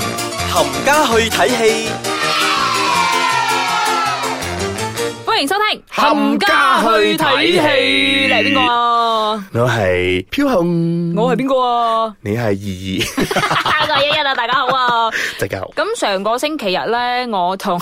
冚家去睇戲，欢迎收听《冚家去睇戲嗯你系边个啊？我系飘红，我系边个 啊？你系二我系一一啊！大家好啊！二，直教 咁上個星期日咧，我同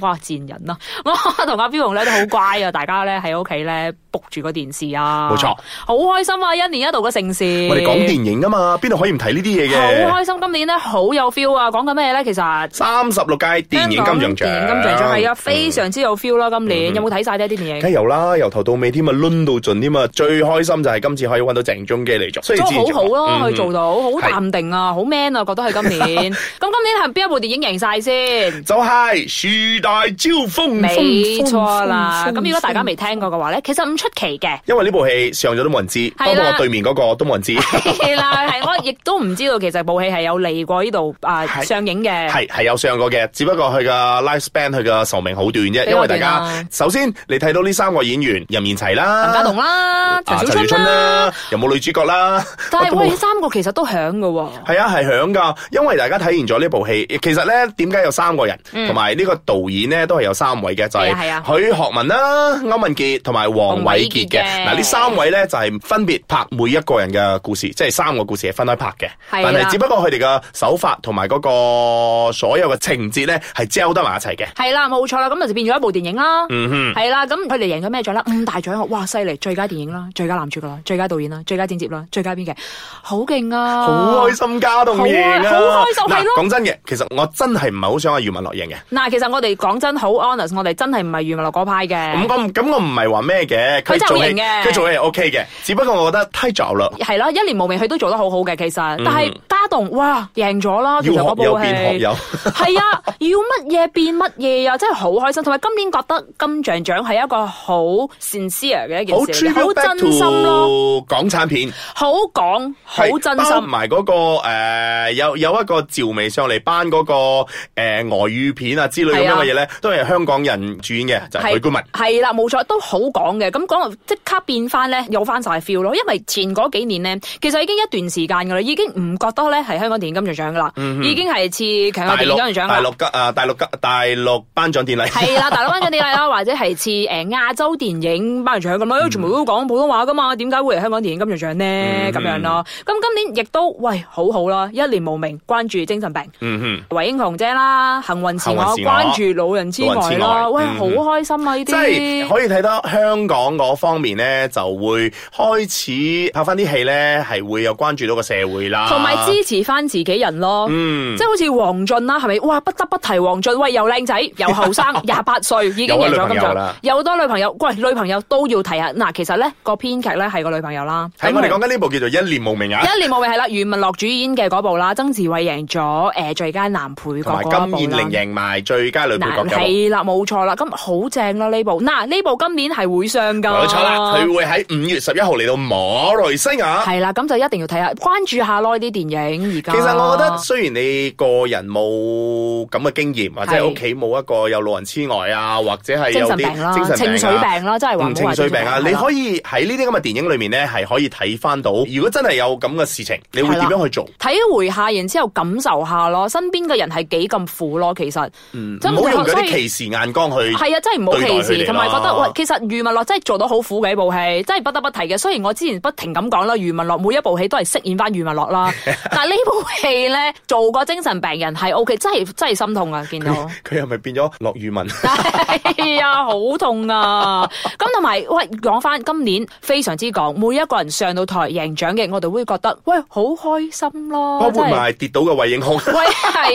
哇賤人啊！我 同阿標紅咧都好乖啊，大家咧喺屋企咧 book 住個電視啊，冇錯，好開心啊！一年一度嘅盛事，我哋讲电影啊嘛，边度可以唔睇呢啲嘢好嘅？開心，今年咧好有 feel 啊！講緊咩咧？其實三十六届电影金像奖，嗯電影金像獎係啊，非常之有 feel 啦！今年有冇睇晒呢啲電梗影？係有啦，由頭到尾添啊，攆到盡添啊！最開心就係今次可以揾到鄭中基嚟做，雖都然之前好好嗯咯，哼佢做到好係淡定啊，好 man 啊，覺得佢今 年。咁今年係邊一部電影贏晒先？就係樹大招風，冇錯啦，風咁如果大家未聽過嘅話咧，其實唔出奇 嘅。因為呢部戲上咗都冇人知，包係啦括我對面嗰個都冇人知，係啦，係我亦都唔知道，其實部戲係有嚟過呢度啊係上映嘅。係係有上過嘅，只不過佢嘅 lifespan 佢嘅壽命好短啫，比因較為大短家啊首先你睇到呢三個演員任賢齊林家棟啦。啦，陳啊小陳小春春啦啦，，有冇女主角啦？ 但我係都冇喂，三個其實都響嘅喎。系啊，係響噶，因為大家睇完咗呢部戲，其實咧點解有三個人，同埋呢個導演咧都係有三位嘅，就係嗯係啊係啊許學文啦、歐文傑同埋黃偉傑黃嘅。偉傑嘅嗱，呢三位咧就係分別拍每一個人嘅故事，即係三個故事係分開拍嘅。係啊但啦係只不過佢哋嘅手法同埋嗰個所有嘅情節咧係交得埋一齊嘅。係啦，冇錯啦，咁就變咗一部電影啦。嗯哼。係啦，咁佢哋贏咗咩獎啦？五大獎，哇，犀利！最佳電影啦，最佳男主角啦，最佳導演啦，最佳剪接啦，最佳編劇，好勁啊！好開！心加動贏好啊啊！好開心係嗱咯講真嘅，其實我真係唔係好想阿余文樂贏嘅。嗱，其實我哋講真好 honest，我哋真係唔係余文樂嗰派嘅咁。我唔咁我唔係話咩嘅，佢就做型戲嘅佢做戲係 OK 嘅，只不過我覺得太早啦。係啦，一年無名佢都做得好好嘅，其實，但係家棟哇贏咗啦，其嗯要實嗰學部有戲變學有，係 啊，要乜嘢變乜嘢啊，真係好開心。同埋今年覺得金像獎係一個好 sincere 嘅一好件事嚟嘅，好 tribute 真 back 心咯， to 港產片，好講，好係真包心。埋嗰個誒有有一個趙薇上嚟班嗰個誒外語片啊之類咁樣嘅嘢咧，都係香港人主演嘅，就係許冠文。係啦，冇錯，都好講嘅。咁講到即刻變翻咧，有翻晒 feel 咯。因為前嗰幾年咧，其實已經一段時間噶啦，已經唔覺得咧係香港電影金像獎噶啦，已經係似強大有電影金陸像獎㗎嗯大啦。陸啊大陸大陸頒獎典禮。 係啦，大陸頒獎典禮啦，或者係似誒亞洲電影頒獎咁啦，因為全部都講普通話噶嘛，點解會嚟香港電影金像獎呢？嗯咁樣咯。咁今年亦都喂好好啦，一年無名關注精神病。嗯哼。惠英紅姐啦，幸運是我幸運是我關注老人痴老呆人痴啦，呆喂，嗯好開心啊！呢即係啲可以睇得香港嗰方面咧，就會開始拍翻啲戲咧，係會有關注到個社會啦，同埋支持翻自己人咯。啊嗯即。係好似黃俊啦，係咪？哇，不得不提黃俊，喂，又靚仔，又後 生，廿八歲已經有贏咗女咗朋金友像啦，有多女朋友，喂，女朋友都要提下。嗱，其實咧個編劇咧係個女朋友啦，喺我咁哋佢講緊呢部叫做《一念無名》啊，一年冇咪係啦，余文樂主演嘅嗰部啦，曾志偉贏咗誒最佳男配角同埋嗰一部金燕玲啦。贏埋最佳女配角嗱，嘅。係啦，冇錯啦，咁好正啦呢部，嗱呢部今年係會上㗎，冇錯啦，佢會喺五月十一號嚟到馬來西亞。係啦，咁就一定要睇下，關注下咯呢啲電影而家。其實我覺得，雖然你個人冇咁嘅經驗，或者係屋企冇一個有老人痴呆啊，或者係精有神啲病啦、精神情緒病啊。病啦，真係話嗯，唔情好話緒病啊，係啦你可以喺呢啲咁嘅電影裏面咧，係可以睇翻到，如果真係有咁嘅事情，你會係點啦樣去做？睇回下，然之後感受下咯，身邊嘅人係幾咁苦咯，其實，嗯唔好用嗰啲歧視眼光去。係啊，真係唔好歧視，對待佢哋咯啊同埋覺得喂，其實余文樂真係做到好苦嘅一部戲，真係不得不提嘅。雖然我之前不停咁講啦，余文樂每一部戲都係飾演翻余文樂 啦，但係呢部戲咧做過精神病人係 O K，真係真係心痛啊！見到 佢係咪變咗落 語 文？係啊，好痛啊！咁同埋喂，講翻今年非常之講，每一個人上到台贏獎嘅，我哋會覺得喂好開心咯包，真括係。埋跌倒嘅魏影雄。喂，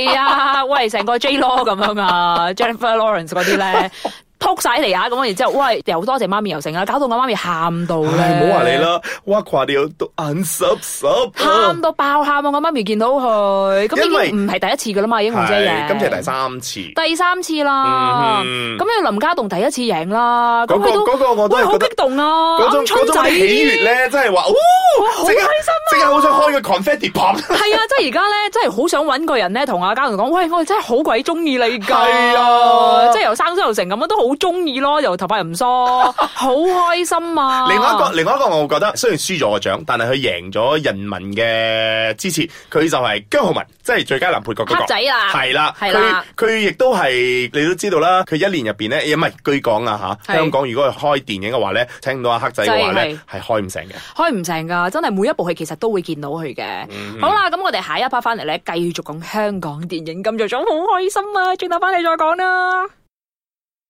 係啊，喂，成個 J Law 咁樣啊，Jennifer Lawrence 嗰啲咧，撲晒嚟啊咁，然之後，喂，又多謝媽咪又成啦，搞到我媽咪喊到唉，咧，唔好話你，啦，哇垮掉都啊眼濕濕。喊到爆喊啊！我媽咪見到佢，咁因為已經唔啊係第一次噶啦嘛，英雄姐係贏，今次係第三次。第三次啦，嗯哼咁你林家棟第一次贏啦，咁嗰個佢都嗰個我都喂係好覺得激動啊，嗰鵪鶉種嗰種仔喜悅咧，真係話，哦，好即刻開心啊即刻好想開個 confetti pop。 係啊，即係而家咧，真係好想揾個人咧，同阿嘉倫講，喂，我真係好鬼中意你㗎，係啊即係由生疏又成咁樣，都好好中意咯，又頭髮又 唔梳，好開心啊！另外一個，另外一個，我覺得雖然輸咗個獎，但係佢贏咗人民嘅支持。佢就係姜浩文，即係最佳男配角嗰、那個。黑仔啊啦係啦，係啦佢佢亦都係你都知道啦。佢一年入邊咧，亦唔係據講啊嚇。係香港如果佢開電影嘅話咧，請唔到阿黑仔嘅話咧，係開唔成嘅。開唔成㗎，真係每一部戲其實都會見到佢嘅。嗯好啦，咁我哋下一 part 翻嚟咧，繼續講香港電影金像獎，好開心啊！轉頭翻嚟再講啦。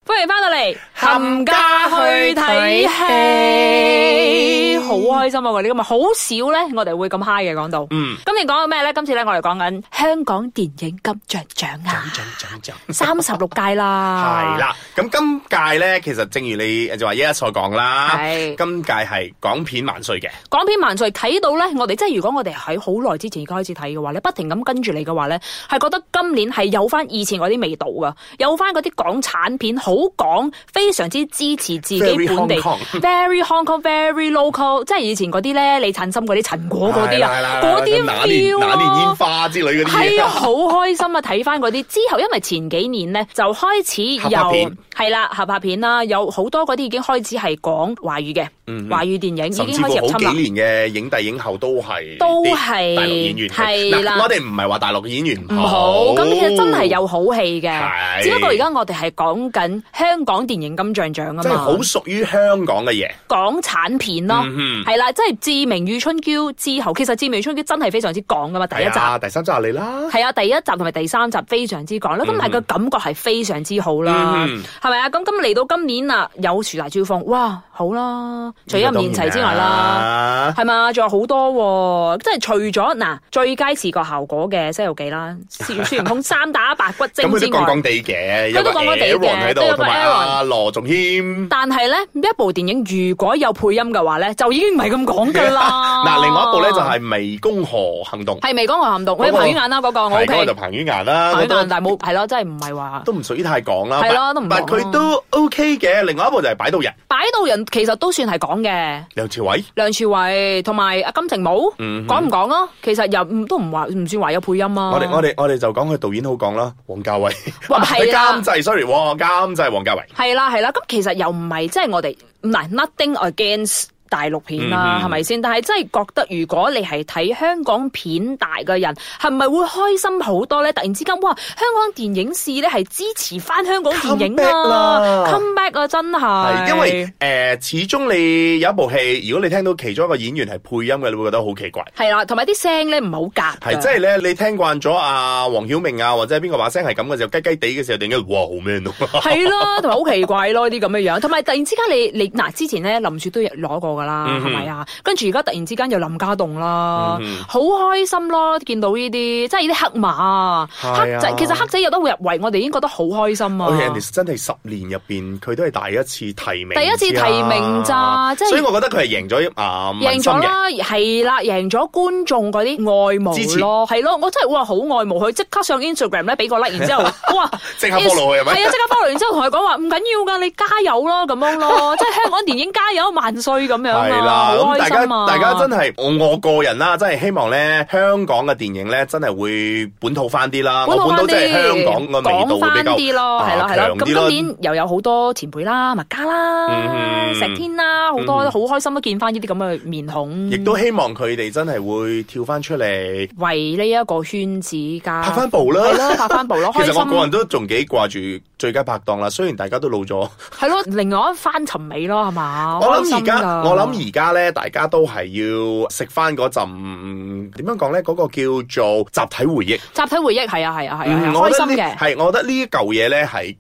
歡迎翻到嚟，冚家去睇戲好開心啊！我哋今日好少咧，我哋會咁 high 嘅講到。嗯，今年講到咩咧？今次咧，我哋講緊香港電影金像獎 啊，獎獎獎。三十六屆啦，嗯係，啦，咁今屆咧，其實正如你就話一一所講啦，係今屆係港片萬歲嘅，港片萬歲睇到咧，我哋即係如果我哋喺好耐之前已經開始睇嘅話咧，不停咁跟住你嘅話咧，係覺得今年係有翻以前嗰啲味道噶，有翻嗰啲港產片好港，非常之支持自己 Very 本地 Hong Kong ，very Hong Kong very local，即係以前嗰啲咧，李燦森嗰啲陳果嗰啲係啦啊，係啦嗰啲那年 feel 那年煙啊。花之類嗰啲係啊，嘢，好開心啊！睇翻嗰啲之後，因為前幾年咧就開始合拍有片係啦合拍片啦，有好多嗰啲已經開始係講華語嘅、嗯華語電影已甚經至開始乎入好侵啦。幾年嘅影帝影后都係都啲係大陸演員嚟，係啦嗱我哋唔係話大陸演員唔唔好，咁其實真係有好戲嘅，係只不過而家我哋係講緊香港電影金像獎啊真係好嘛，屬於香港嘅嘢，港產片咯，嗯係啦，即係《志明與春嬌》之後，其實《志明與春嬌》真係非常之港噶嘛，第一集係。啊，第三集係你啦，係啊，第一集同埋第三集非常之講啦，咁但係個感覺係非常之好啦嗯，係咪啊？咁咁嚟到今年啊，有樹大招風，哇，好啦，除咗面齊之外啦，啦。係嘛，仲有好多喎，即係除咗嗱最佳視覺效果嘅《西遊記》啦，《 孫悟空三打白骨咁精佢都之講外講。地嘅，佢有都個講講地嘅 Aaron 喺都度，有個同埋 Aaron 阿羅仲謙。但係咧，一部電影如果有配音嘅話咧，就已經唔係咁講噶啦。 嗱，另外一部咧就係《湄公河行動》，係湄公河行動，我有嗰個彭于晏啦，嗰個我係嗰個 OK，就彭于晏啦，彭于我晏，都但係冇係咯，真係唔係話都唔屬於太港啦，係咯但都唔但講啦佢都 OK 嘅。另外一部就係《擺渡人》，擺渡人，其實都算係講嘅。梁朝偉。梁朝偉同埋阿金城武嗯講唔講啊？其實又唔都唔話唔算話有配音啊。我哋我哋我哋就講佢導演好講啦，王家衛，哇 唔係啦監製，sorry，哇監製王家衛，係啦係啦，咁其實又唔係即係我哋嗱 nothing against。大陸片啦，嗯係咪先？但係真係覺得，如果你係睇香港片大嘅人，係咪會開心好多咧？突然之間，哇！香港電影市咧係支持翻香港電影 Comeback 啊啦，comeback 啊，真係。係因為诶，始終你有一部戲，如果你聽到其中一個演員係配音嘅，你會覺得好奇怪。係啦，同埋啲聲咧唔係好夾㗎。係即係咧，你聽慣咗阿黃曉明啊，或者係邊個把聲係咁嘅時候，雞雞地嘅時候，突然間哇好 man 咯，係啦，同埋好奇怪咯啲咁嘅樣，同埋突然之間你你嗱之前咧林雪都有攞過噶啦，嗯係哼嗯咪啊？跟住而家突然之間又林家棟啦，好、開心咯！見到呢啲即係呢啲黑馬啊，黑係啊仔其實黑仔有得入圍，我哋已經覺得好開心我人啊！哋真係十年入邊，佢都係第一次提名，第一次提名咋即係所以我覺得佢係贏咗啊，民贏心咗嘅。啦，係啦，贏咗觀眾嗰啲愛慕支持咯，係咯，我真係哇好愛慕佢，即刻上 Instagram 咧俾個 like，然之後哇即刻 follow 佢係咪係啊，即刻 follow，然之後同佢講話唔緊要㗎，你加油咯咁樣 咯，即係香港電影加油萬歲咁樣係啊，啦，好咁大開家心啊！大家真係我我個人啦，真係希望咧香港嘅電影咧真係會本土翻啲啦，本我土翻本土即係啲，香港嘅味講道會翻比啲較咯，係咯啊係咯。強咁啲咯今年又有好多前輩啦，麥嘉啦、嗯石天啦，好多好開心都見翻呢啲咁嘅面孔，亦都希望佢哋真係會跳翻出嚟為呢一個圈子加拍翻部係啦。咯，拍翻部咯， 其開實我個心人啊都仲幾掛住最佳拍檔啦，雖然大家都老咗。係咯，另外一番尋味咯，係嘛？我諗而開心㗎家，我諗而家咧，大家都係要食翻嗰陣點樣講咧？嗰、個叫做集體回憶。集體回憶係啊係啊係啊，嗯，開我覺心得呢嘅。係，我覺得呢一嚿嘢咧係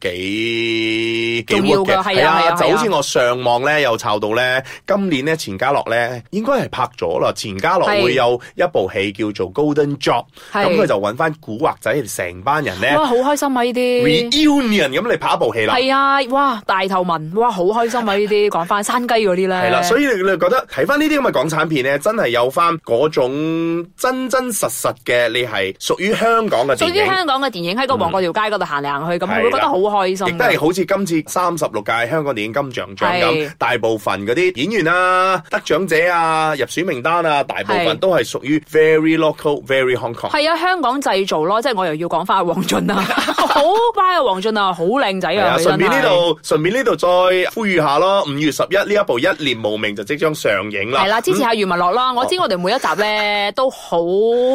幾幾重要 work 㗎嘅，係啊係啊就係啊好似我上網咧有抄到咧，今年咧錢嘉樂咧應該係拍咗啦，錢嘉樂係會有一部戲叫做《Golden Job》，係咁佢就揾翻古惑仔成班人咧哇，好開心啊！呢啲 reunion 咁嚟拍一部戲啦。係啊，哇，大頭文，哇，好開心啊！呢啲講翻山雞嗰啲咧，係啦，所以以你覺得睇翻呢啲咁嘅港產片咧，真係有翻嗰種真真實實嘅，你係屬於香港嘅電屬於影。香港嘅電影喺個旺角條街嗰度行嚟行去，咁係啦啊我會覺得好開心啊亦㗎。都係好似今次三十六屆香港電影金像獎咁係，大部分嗰啲演員啊、得獎者啊、入選名單啊，大部分係都係屬於 very local、very Hong Kong。係啊，香港製造咯，即係我又要講翻阿黃俊 啊，好 by 啊黃俊啊，好靚仔係啊，啊，佢順真便呢係。度，順便呢度再呼籲下咯。五月十一呢一部《一念無名》就即將上映啦。係啦，支持下余文樂嗯啦！我知我哋每一集咧都好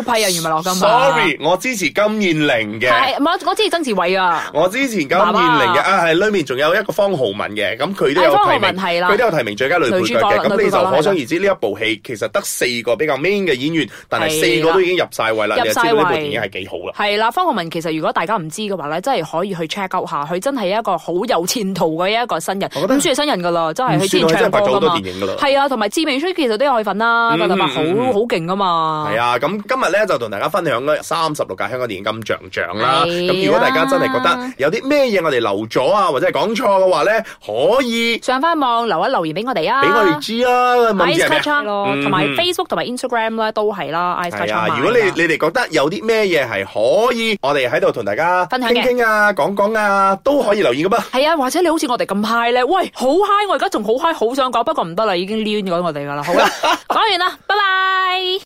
批啊余文樂噶嘛。嗯 Sorry，我支持金燕玲嘅。係，唔係我支持曾志偉啊。我之前金燕玲嘅啊，係裏面仲有一個方浩文嘅，咁佢都有係啊方提浩名文，係啦佢都有提名最佳女配角女嘅，主角咁女主你角就啦可想而知呢一部戲其實得四個比較 main 嘅演員，但係係四個都已經入晒位啦，入你就知道晒呢部位電影係幾好啦。係啦，方浩文其實如果大家唔知嘅話咧，真係可以去 check out 下，佢真係一個好有前途嘅一個新人，我覺得唔算係新人噶啦，真係唔佢之算前啊佢真係唱拍咗歌噶好多嘛。電影噶啦。係啊，同埋致命書其實都有佢份啦，嗯個特拍好嗯嗯好勁噶嘛。係啊，咁今日咧就同大家分享咧三十六屆香港電影金像獎啦。係啊咁如果大家真係覺得啦有啲咩嘢我哋漏咗啊，或者係講錯嘅話咧，可以上翻網留一留言俾我哋啊，俾我哋知啊。問住 Ice 人 Catch 哋 Up 咯，嗯同埋 Facebook 同埋 Instagram 咧都係啦，Ice Catch Up 係啊，賣如果你㗎你哋覺得有啲咩嘢係可以，我哋喺度同大家分享嘅傾傾啊、講講啊，都可以留言噶噃。係啊，或者你好似我哋咁 high 咧，喂，好 high！我而家仲好 high，好想講，不過唔得啦，已經攣咗我哋噶啦。好啦，講完啦，拜拜。